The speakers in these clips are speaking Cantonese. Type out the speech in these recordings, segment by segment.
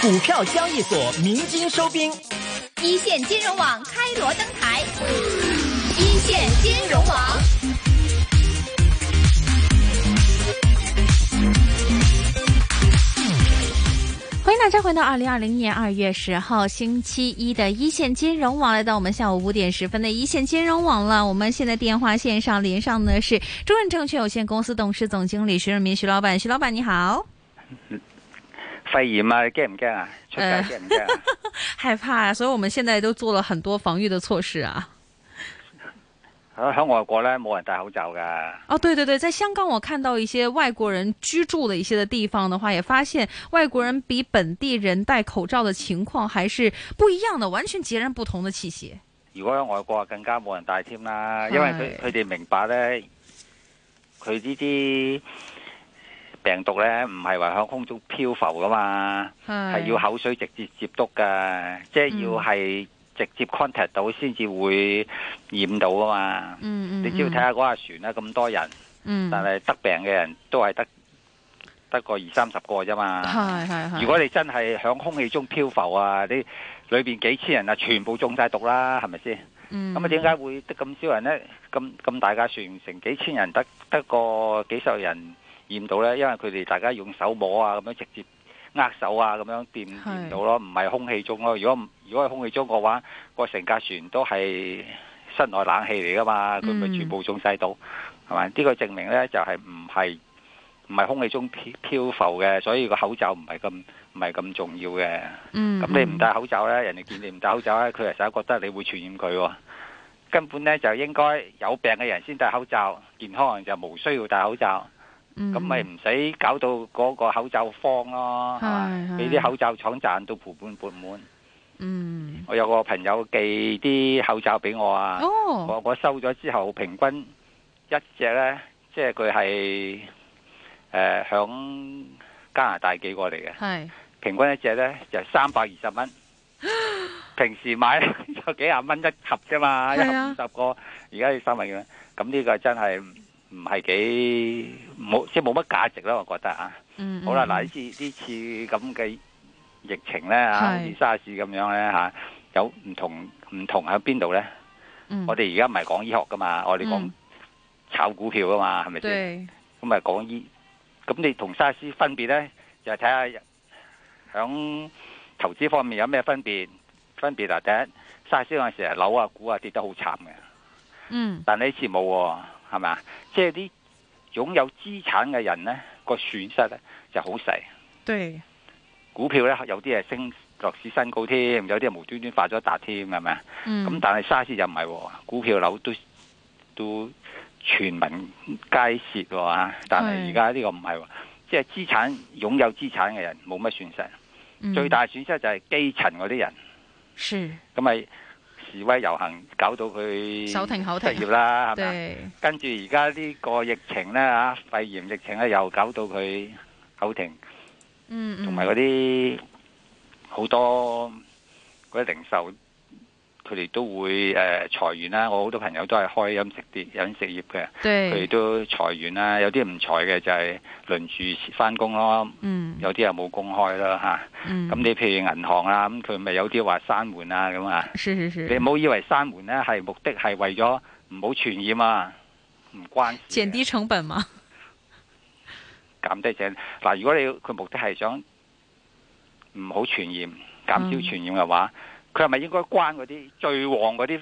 股票交易所鸣金收兵，一线金融网开锣登台，一线金融网。欢迎大家回到二零二零年二月十号星期一的一线金融网，来到我们下午五点十分的一线金融网了。我们现在电话线上连上的是中润证券有限公司董事总经理徐润民，徐老板，徐老板你好。肺炎啊，你驚唔驚啊？出街呃驚唔 驚啊？害怕、所以我们现在都做了很多防御的措施啊。喺喺外國咧，冇人戴口罩㗎。哦，对对对，在香港我看到一些外国人居住的一些的地方的话，也发现外国人比本地人戴口罩的情况还是不一样的，完全截然不同的气息。如果喺外國更加冇人戴添啦，因為佢係佢哋明白咧，佢呢啲病毒咧唔係話喺空中漂浮噶嘛，係要口水直接接觸㗎，即係要嗯係直接 contact 到先至會染到噶嘛。嗯嗯，你只要睇下嗰架船啦，咁多人，嗯，但係得病嘅人都係得得個二三十個啫嘛。係係係。啊如果你真係響空氣中漂浮啊，你裏邊幾千人啊，全部中晒毒啦，係咪先？嗯咁啊，點解會得咁少人呢？咁咁大架船成幾千人得得個幾十人驗到呢？因為佢哋大家用手摸啊，咁樣直接握手啊，咁樣掂係掂到咯，唔係空氣中咯。如果唔如果係空氣中嘅話，個成架船都係室內冷氣嚟噶嘛，佢咪嗯全部中晒到係咪？呢、個證明呢，就係唔係唔係空氣中漂漂浮嘅，所以個口罩唔係咁唔係咁重要嘅。嗯咁你唔戴口罩呢，人哋見你唔戴口罩呢，佢其實覺得你會傳染佢喎。根本呢，就應該有病嘅人先戴口罩，健康人就無需要戴口罩。嗯咁咪唔使搞到嗰個口罩荒咯，係係係嘛？俾啲口罩廠賺到盆滿缽滿。嗯我有個朋友寄啲口罩俾我啊，哦我我收咗之後，平均一隻呢，即係佢係誒響加拿大寄過嚟嘅。係平均一隻呢就三百二十 蚊。平時買 有幾廿蚊一盒啫嘛，一係盒啊五十個，而家要三百幾蚊。咁呢個真係唔唔係幾冇，即係冇乜價值啦，我覺得啊。嗯好啦，嗱呢次呢次咁嘅疫情呢，啊，好係似沙士咁樣呢，嚇、有唔同唔同喺邊度呢？嗯我哋而家唔係講醫學噶嘛，我哋講嗯炒股票噶嘛，係咪先？對咁咪講醫，咁你同沙士分別呢，就係睇下響投資方面有咩分別。分別啊，第一沙士嗰陣時係樓啊股啊跌得好慘嘅，嗯但呢次冇喎，係咪啊？即係啲擁有資產嘅人呢，個損失呢就好細。對股票呢，有啲係升落市新高添，有啲係無端端發咗達添，係咪啊？嗯咁但係沙士就唔係喎，股票樓都都全民皆蝕喎啊但係而家呢個唔係喎，即係資產擁有資產嘅人冇乜損失，但最大損失就係基層嗰啲人，嗯是咁咪示威遊行搞到佢手停口停失業啦，係咪啊？對跟住而家呢個疫情呢，啊，肺炎疫情呢，又搞到佢口停，嗯嗯同埋嗰啲好多嗰啲零售，佢哋都會誒、呃裁員啦。我好多朋友都係開飲食店、飲食業嘅，佢對哋都裁員啦。有啲唔裁嘅就係輪住翻工咯，嗯有啲又冇工開啦嚇。嗯咁、你譬如銀行啦，咁佢咪有啲話閂門啊咁啊。是是是你唔好以為閂門呢係目的係為咗唔好傳染啊，唔關事嘅減低成本嘛減低症。嗱，如果你佢目的係想唔好傳染、減少嗯傳染嘅話，佢係咪應該關嗰啲最旺嗰啲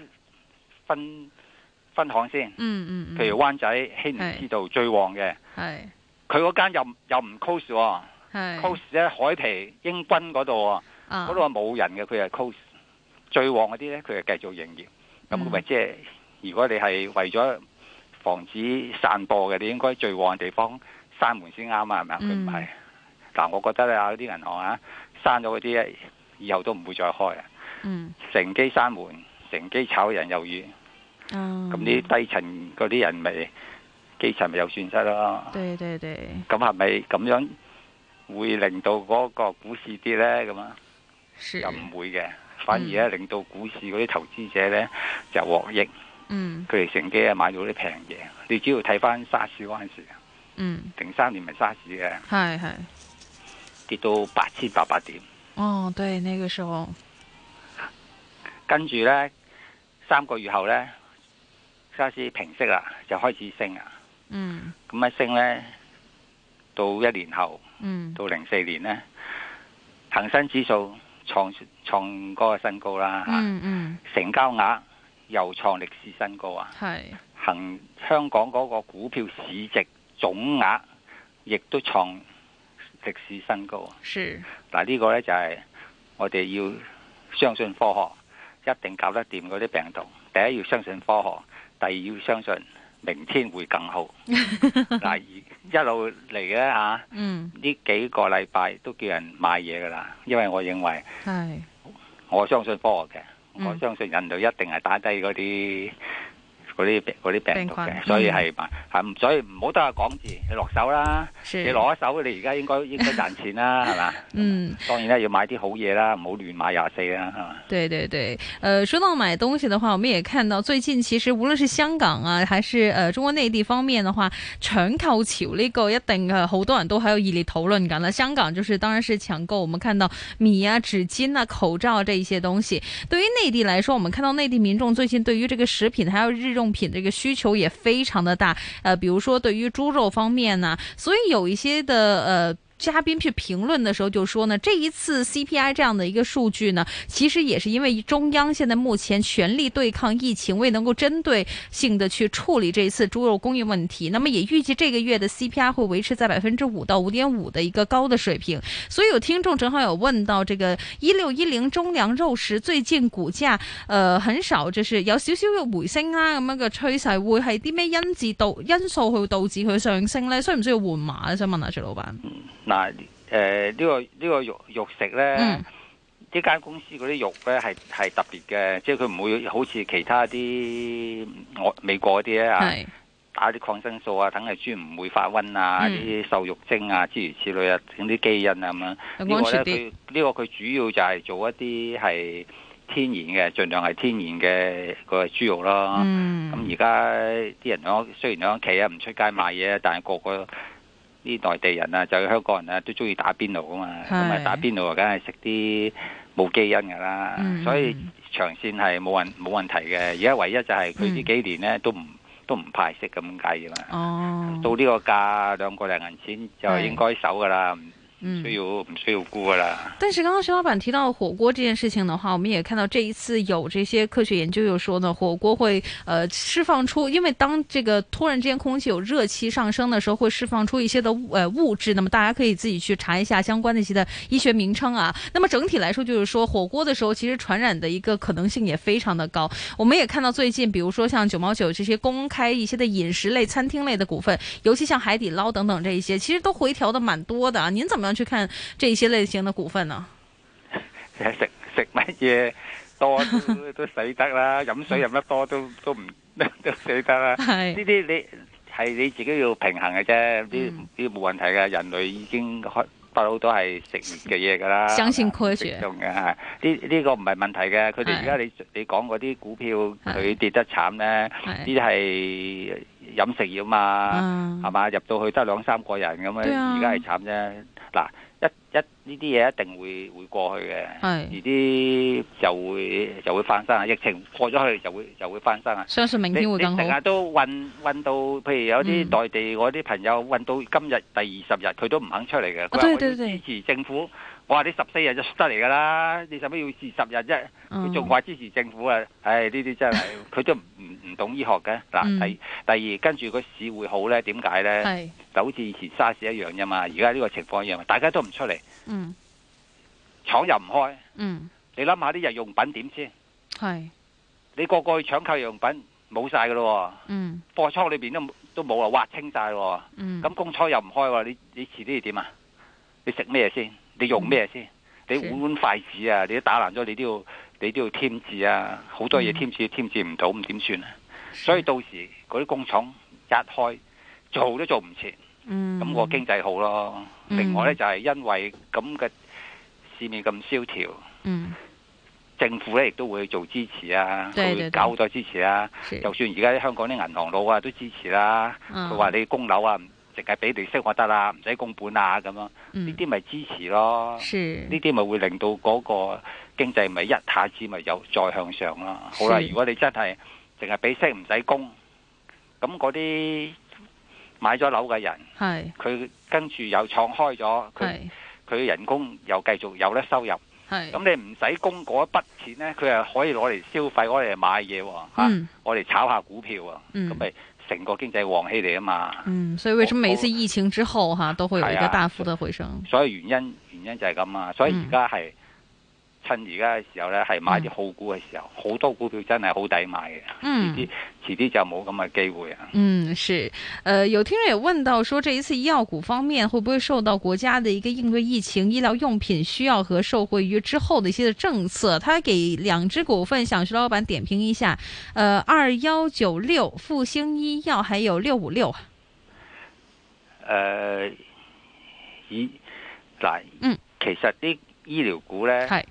分分行先？嗯嗯譬如灣仔希年之道最旺嘅，係佢嗰間又唔又唔 close 喎係，close 咧海皮英軍嗰度喎，啊嗰度冇人嘅，佢係 close。最旺嗰啲呢，佢係繼續營業。咁佢咪嗯即係如果你係為咗防止散播嘅，你應該最旺嘅地方閂門先啱啊，係咪啊？佢唔係嗯。嗱，我覺得咧，有啲銀行啊，閂咗嗰啲，以後都唔會再開啊。嗯乘機閂門，乘機炒人魷魚，啊咁啲低層嗰啲人咪基層咪有損失咯。對對對。咁係咪咁樣會令到嗰個股市跌呢？咁啊，是又唔會嘅，反而咧令到股市嗰啲投資者呢，就獲益。嗯佢哋乘機啊買到啲平嘢。你只要睇翻沙士嗰陣時，嗯零三年咪沙士嘅係係跌到八千八百點，哦，对，那个时候，跟住呢，三個月後呢，沙士平息啦，就開始升啊。嗯咁一升呢，到一年後，嗯到零四年呢，恒生指數創創嗰個新高啦，嚇嗯嗯，成交額又創歷史新高啊！系，恒香港嗰個股票市值總額亦都創歷史新高。是，嗱，呢個呢，就係我哋要相信科學，一定搞得掂嗰啲病毒。第一要相信科學，第二要相信明天會更好。嗱，而一路嚟呢，嚇，嗯呢幾個禮拜都叫人買嘢噶啦，因為我認為系，我相信科學嘅，嗯我相信人類一定係打低嗰啲。嗰啲病嗰啲病毒病菌嗯嘅，所以係買，係所以唔好得個講字，你落手啦，是，你攞手，你而家應該 應該賺錢啦，係嘛？嗯，當然啦，要買啲好嘢啦，唔好亂買廿四啦，係嘛？对对对，呃，说到买东西的话，我们也看到最近其实无论是香港啊，还是呃中国内地方面的话，抢购潮呢个一定呃好多人都还有热烈讨论感了。香港就是当然是抢购，我们看到米啊、纸巾啊、口罩啊这一些东西。对于内地来说，我们看到内地民众最近对于这个食品还有日用品这个需求也非常的大，呃，比如说对于猪肉方面呢、所以有一些的呃。嘉宾去评论的时候就说呢，这一次 CPI 这样的一个数据呢，其实也是因为中央现在目前全力对抗疫情，未能够针对性的去处理这一次猪肉供应问题。那么也预计这个月的 CPI 会维持在百分之五到五点五的一个高的水平。所以有听众正好有问到这个一六一零中粮肉食最近股价呃很少，就是有少少嘅回升啦，咁样嘅趋势会系啲咩因子导因素去导致佢上升呢？需唔需要换马咧？想问下徐老板。嗯嗱，誒呢個呢個肉肉食咧，嗯呢間公司嗰啲肉咧係係特別嘅，即係佢唔會好似其他啲我美國嗰啲咧啊，系，打啲抗生素啊，等係豬唔會發瘟啊，嗯啲瘦肉精啊，諸如此類啊，整啲基因啊咁樣。安呢個全啲，咧佢呢個佢主要就係做一啲係天然嘅，盡量係天然嘅個豬肉啦。嗯，啊咁而家啲人響雖然響屋企啊，唔出街買嘢，但係個個啲內地人啊，就係香港人啊，都中意打邊爐啊嘛。係咁啊，打邊爐啊，梗係食啲冇基因噶啦。嗯所以長線係冇問冇問題嘅。而家唯一就係嗯佢呢幾年咧都唔都唔派息咁計啊嘛。哦，到呢個價兩個零銀錢就係應該守噶啦，唔嗯需要唔需要沽噶啦。 但是刚刚徐老板提到火锅这件事情的话，我们也看到这一次有这些科学研究有说呢，火锅会呃释放出，因为当这个突然之间空气有热气上升的时候，会释放出一些的物呃物质，那么大家可以自己去查一下相关的一些的医学名称啊。那么整体来说，就是说火锅的时候，其实传染的一个可能性也非常的高。我们也看到最近，比如说像九毛九这些公开一些的饮食类、餐厅类的股份，尤其像海底捞等等这一些，其实都回调的蛮多的啊。您怎么样去看这一些类型的股份 呢？食食乜嘢多都 都死得啦，飲水飲得多都都唔 都死得啦。系，呢啲你係你自己要平衡嘅啫，呢嗯呢冇問題嘅。人類已經開不嬲都係食熱嘅嘢㗎啦，相信科學食用嘅係呢呢個唔係問題嘅。佢哋而家你你講嗰啲股票佢跌得慘咧，呢系，啲係飲食業嘛，哎嗯係，嘛？入到去得兩三個人咁對啊樣，而家係慘啫。嗱，一一呢啲嘢一定會會過去嘅。而系，啲就會就會翻身啊！疫情過咗去就會就會翻身啊！相信明你天會你更好成。日都運運到，譬如有啲嗯內地我啲朋友運到今日第二十日，佢都唔肯出嚟嘅。佢啊話對我對要對支持政府，我話你十四日就出得嚟㗎啦，你使乜要二十日啫？佢嗯仲話支持政府啊！唉，呢 啲真係佢都唔唔唔懂醫學嘅。嗯嗱，第第二跟住個市會好咧，點解咧？係，就好似以前沙士一樣啫嘛，而家呢個情況一樣，大家都唔出嚟，嗯廠又唔開，嗯，哎你諗下啲日用品點先？係，你個個去搶購日用品冇晒㗎咯嗯喎，貨倉裏邊都冇都冇啊，挖清晒咯喎。嗯，咁工廠又唔開喎，你你遲啲要點啊？你食咩先？你用咩先？你嗯是碗碗筷子啊，你都打爛咗，你都要你都要添置啊，好多嘢嗯添置添置唔到，咁點算啊？是所以，到時嗰啲工廠一開，做都做唔切，嗯，咁我經濟好咯。嗯另外呢，就係因為咁嘅市面咁蕭條，嗯，政府呢亦都會做支持啊，對佢對對會搞好多支持啊。是就算而家香港啲銀行佬啊都支持啦，嗯佢話你供樓啊，唔淨係俾利息我得啦，唔使供本啊咁樣，呢嗯，啲咪支持咯。是，呢啲咪會令到嗰個經濟咪一下子咪有再向上啦。好啦，是如果你真係淨係俾息唔使供，咁嗰啲買咗樓嘅人，係佢跟住又創開咗，佢係佢人工又繼續有得收入，係，咁你唔使供嗰一筆錢呢，佢係可以攞嚟消費，攞嚟買嘢喎、嚇嗯我哋炒下股票啊，嗯咁咪成個經濟旺起嚟啊嘛。嗯，所以為什麼每一次疫情之後哈、都會有一係個啊大幅的回升？所以原因原因就係咁啊，所以而嗯家係趁而家嘅時候呢，係買啲好股嘅時候，好多股票真係好抵買嘅。遲嗯啲遲啲就冇咁嘅機會啊。嗯，是，呃，有聽眾也問到說，這一次醫藥股方面會不會受到國家的一個應對疫情、醫療用品需要和受惠於之後的一些的政策？他給兩隻股份，想徐老闆點評一下，呃，二幺九六、復星醫藥還有六五六，誒、呃以嗱，嗯其實啲醫療股呢，係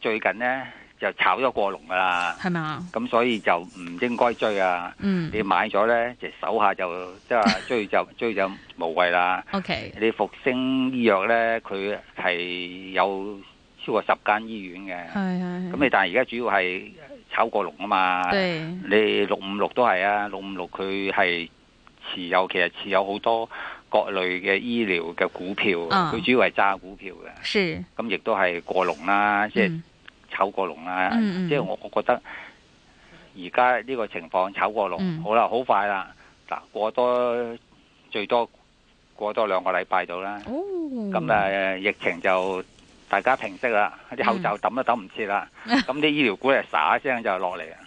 最近呢就炒咗過龍噶啦，係咪啊？咁所以就唔應該追啊。嗯你買咗呢，就手下就 即係追就追就無謂啦。 ，OK，你復星醫藥呢，佢係有超過十間醫院係嘅，係咁係，你但係而家主要係炒過龍啊嘛。嗯對，你六五六都係啊，六五六佢係持有，其實持有好多各類嘅醫療嘅股票嘅，啊佢、主要係揸股票嘅，是，咁亦都係過龍啦，即係嗯炒過龍啦，嗯嗯即係我我覺得而家呢個情況炒過龍，嗯好啦，好快啦，嗱過多最多過多兩個禮拜到啦，哦，咁啊誒、疫情就。大家平息啦，啲口嗯罩抌都抌唔切 啦，咁啲、醫療股咧沙一聲就落嚟啦。啊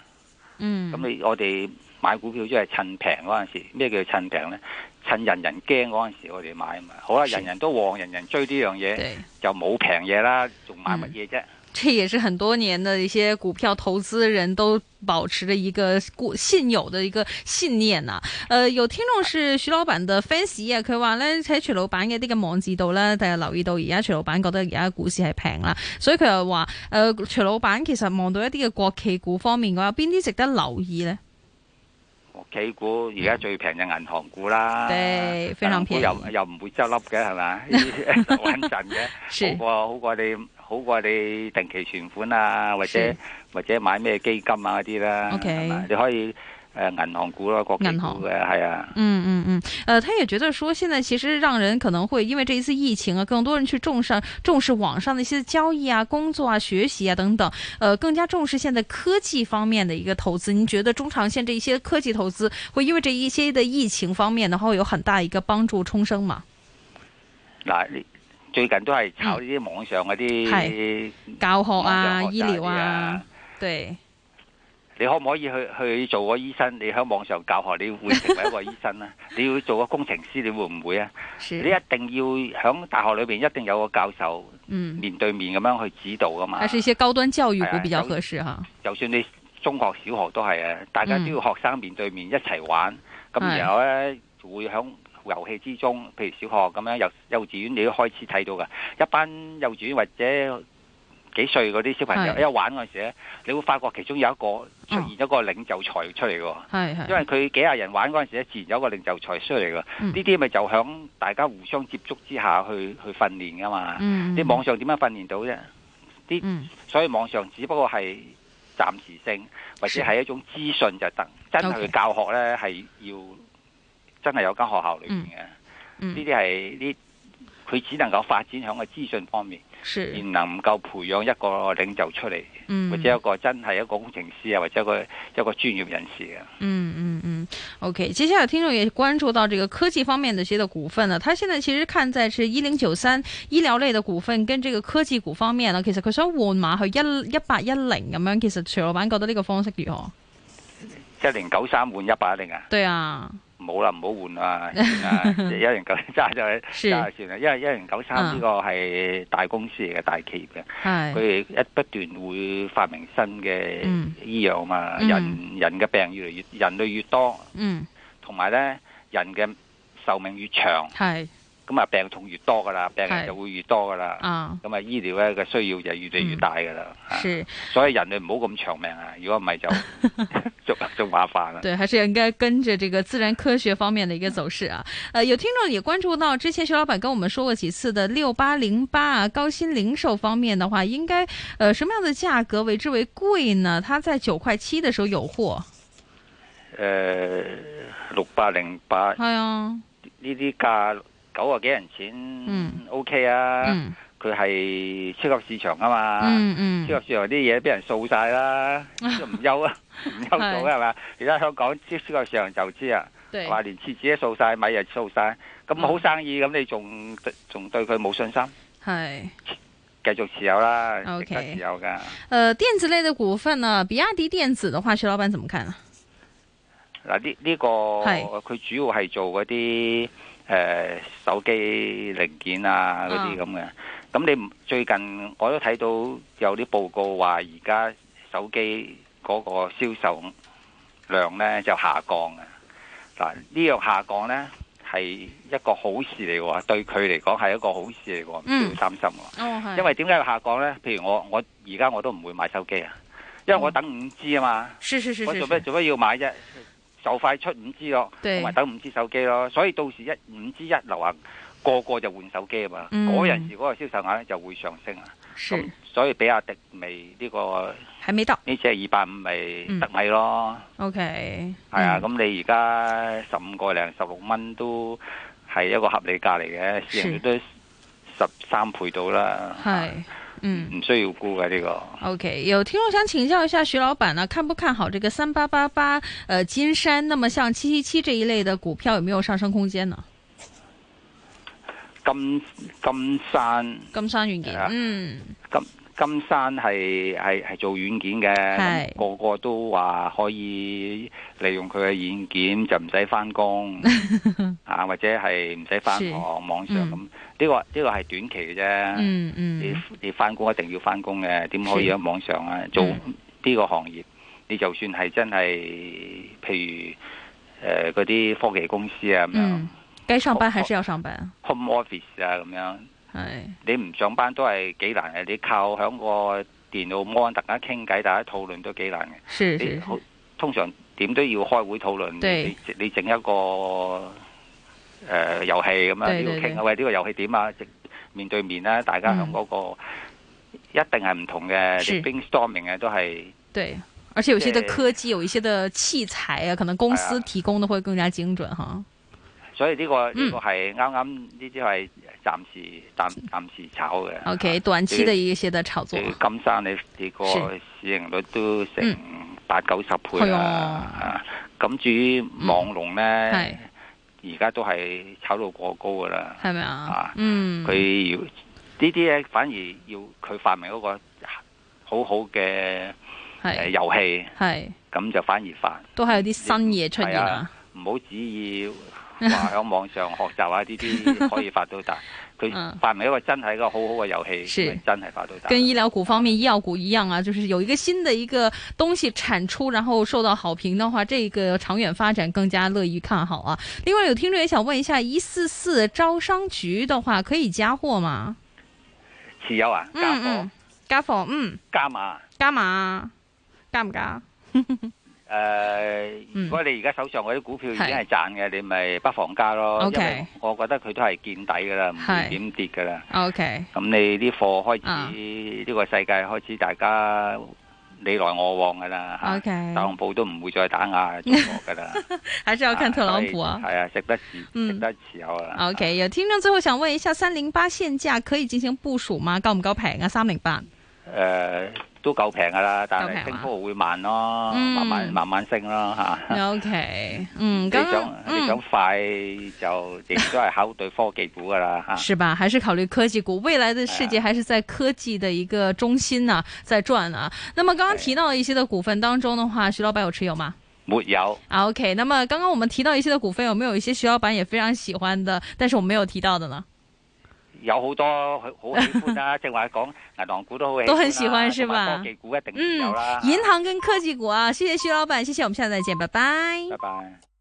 嗯，咁你我哋買股票即係趁平嗰陣時，咩叫趁平呢？趁人人驚嗰陣時，我哋買啊嘛。好啦，是人人都旺，人人追呢樣嘢，對。就冇平嘢啦，仲買嗯乜嘢啫？这也是很多年的一些股票投资人都保持着一个固信有的一个信念呐、呃，有聽眾是徐老闆嘅 fans 啊，佢話咧喺徐老闆嘅啲嘅網誌度咧，就係留意到而家徐老闆覺得而家股市係平啦，所以佢又話誒徐老闆其實望到一啲嘅國企股方面嘅話，邊啲值得留意呢？國企股而家最平就銀行股嗯啦，對非常便宜銀行股又又唔會執笠嘅 係咪？ 呢啲就穩陣嘅，好是過好過你好過你定期存款啊，或者是或者買咩基金啊嗰啲啦。 OK 係咪你可以呃誒銀行股咯，國企銀行股嘅係啊。嗯嗯嗯，呃，他也觉得说，现在其实让人可能会因为这一次疫情啊，更多人去重视重视网上的一些交易啊、工作啊、学习啊等等，呃，更加重视现在科技方面的一个投资。您觉得中长线这一些科技投资会因为这一些的疫情方面，然后有很大一个帮助冲升吗？嗱，你最近都係炒呢啲網上嗰啲係教學啊、網上學習医疗嗰啲啊，，对，你可唔可以去去做個醫生？你喺網上教學，你會成為一個醫生啊？ 你要做個工程師，你會唔會啊？你一定是，要喺大學裏邊一定有個教授嗯，面對面咁樣去指導噶嘛还？是一些高端教育股哎比较有合适哈。就算你中學、小學都係啊，大家都要學生面對面一齊玩，咁係然後咧會喺遊戲之中，譬如小學咁樣，幼幼稚園你都開始睇到噶，一班幼稚園或者幾歲嗰啲小朋友係一玩嗰陣時咧，你會發覺其中有一個出現咗個領袖才出嚟喎。系系因，為佢幾廿人玩嗰陣時咧，自然有一個領袖才出嚟㗎。嗯呢啲咪就響大家互相接觸之下去去訓練㗎嘛。嗯，你網上點樣訓練到啫？嗯所以網上只不過係暫時性，或者係一種資訊就得。真係 OK 去教學呢，係要真係有間學校裏面嘅。嗯呢啲係呢，佢只能夠發展喺個資訊方面，而是，能夠培養一個領袖出嚟，嗯，或者一個真係一個工程師啊，或者一個一個專業人士啊嘅。嗯嗯嗯，OK。接下来听众也关注到这个科技方面的一些的股份呢，他现在其实看在是一零九三医疗类的股份跟这个科技股方面呢，其實佢想換馬去一一八一零咁樣，其實徐老闆覺得呢個方式如何？一零九三換一百零啊！對啊，冇啦，唔好換啦，算 啦一零九揸就係是啊揸就算啦，因為一零九三呢個係大公司嚟嘅大企業嘅，佢係，哋一不斷會發明新嘅嗯醫藥嘛，嗯人人嘅病越嚟越人類越多，嗯，同埋咧人嘅壽命越長，係，咁啊病痛越多噶啦，病人係就會越多噶啦，啊，嗯咁啊醫療咧嘅需要就越嚟越大噶啦。啊是所以人類唔好咁長命啊！如果 唔係就就就麻煩啦。对，还是应该跟着这个自然科学方面的一个走势啊。呃，有听众也关注到，之前徐老板跟我们说过几次的六八零八啊，高鑫零售方面的话，应该呃什么样的价格为之为贵呢？它在九块七的时候有货，誒六八零八哎呀，呢啲價九啊幾人嗯錢 OK 啊，嗯佢係超級市場啊嘛。嗯嗯，超級市場啲嘢俾人掃晒 啦，都唔憂啊，唔係憂到係嘛？而家香港超超級市場就知啊，对，話連廁紙都掃晒，米又掃晒，咁嗯好生意咁你仲仲對佢冇信心？嗨。繼續持有啦，值 OK 得持有㗎。呃，电子类的股份呢，比亚迪电子的话，徐老板怎么看呢？啊嗱呢呢個係佢主要係做嗰啲誒手機零件啊嗰啲咁嘅。咁你唔最近我都睇到有啲報告話，而家手機嗰個銷售量呢就下降嘅。嗱呢樣下降呢，係一個好事嚟喎，對佢嚟講係一個好事嚟喎，唔需要嗯擔心喎。哦，系因為點解要下降呢？譬如我我而家我都唔會買手機啊，因嗯為我等五 G 啊嘛。是是是我做是咩是，做咩要買啫？就快出五 G 咯，對咁咪等五 G 手機咯。所以到時一五 G 一流行，個個就換手機啊嘛。嗯嗰陣時嗰個銷售額咧就會上升啊。咁是所以比亞迪咪呢、個还没到呢只二百五咪得米咯， ，OK，係啊。嗯咁你而家十五個零十六蚊都係一個合理價嚟嘅，市盈率都十三倍到啦。嗨，嗯。唔需要估嘅呢個。 OK，有听众想请教一下徐老板呢，看不看好这个三八八八呃金山？那么像七七七这一类的股票有没有上升空间呢？金金山。金山软件係啊，嗯，金金山係係係做軟件嘅係，咁個個都話可以利用佢嘅軟件就唔使翻 工啊，或者係唔使翻學是網上嗯咁。呢、個呢、個係短期嘅啫。嗯你嗯，你翻工一定要翻工嘅，點可以是喺網上啊做嗯呢個行業？你就算係真係譬如誒嗰啲科技公司啊咁樣、嗯该上班还是要上班， h o m e office 啊咁樣。哎，你唔上班都係幾難嘅，你靠響個電腦 mon 大家傾偈，大家討論都幾難嘅。是你是哎好通常點都要開會討論，嗯對你你整一個誒遊戲咁啊，對呢個對傾對啊，喂呢個遊戲點啊，直面對面啦，大家響嗯嗰個一定係唔同嘅，是你 brainstorming 啊嘅都係对，而且有些的對科技，有一些的器材啊，可能公哎司呀提供的会更加精准哈。所以呢個呢嗯個係啱啱呢啲係暫時暫暫時炒嘅。 OK，短期的一些的炒作，你金山你你個啊是市盈率都成嗯八九十倍係啦，啊嗯啊咁至於網龍呢，係而家都係炒到過高噶啦，系咪啊啊？嗯，佢要呢啲咧反而要佢發明一個好好嘅誒系遊戲，系咁就反而發，都还有啲新嘢出哎现啊，唔好旨意 話喺網上學習啊呢啲可以發到達，嗯佢發明一個真係一個好好嘅遊戲，是咁真係發到達。跟医疗股方面、医药股一样啊，就是有一个新的一个东西产出，然后受到好评的话，这个长远发展更加乐于看好啊。另外有听众也想问一下，一四四招商局的话可以加货吗？持有啊，加嗯貨嗯，加货，嗯，加碼。啊加码，加唔加？誒、Ừ. 如果你而家手上嗰啲股票已經係賺嘅，你咪不妨加咯。 OK 因為我覺得佢都係見底㗎啦，唔係會點跌㗎啦。 OK，咁你啲貨開啊始呢、個世界開始大家你來我往㗎啦。嚇 OK 特朗普都唔會再打 壓中國㗎啦。还是要看特 À, 朗普啊。所以係啊，值得持嗯值得持有啊。Ừ. OK，有听众最后想问一下，三零八现价可以进行部署吗？高唔高平啊？三零八，誒、都夠平㗎啦，但夠平啊係升幅會慢咯，嗯慢慢慢慢升咯嚇。 OK，嗯，你刚想刚你嗯想快就亦都係考對科技股㗎啦嚇。是吧？还是考虑科技股，未来的世界还是在科技的一个中心呢、在转啊。那么刚刚提到一些的股份当中的话，徐老板有持有吗？沒有。啊，OK。那么刚刚我们提到一些的股份，有没有一些徐老板也非常喜欢的，但是我们没有提到的呢？有好多好好喜歡 啦，正話講銀行股都好喜歡啦，啊都很喜歡是吧同埋科技股一定嗯有啦，，啊银行跟科技股啊，谢谢徐老板，谢谢，我们下次再见，拜拜拜拜。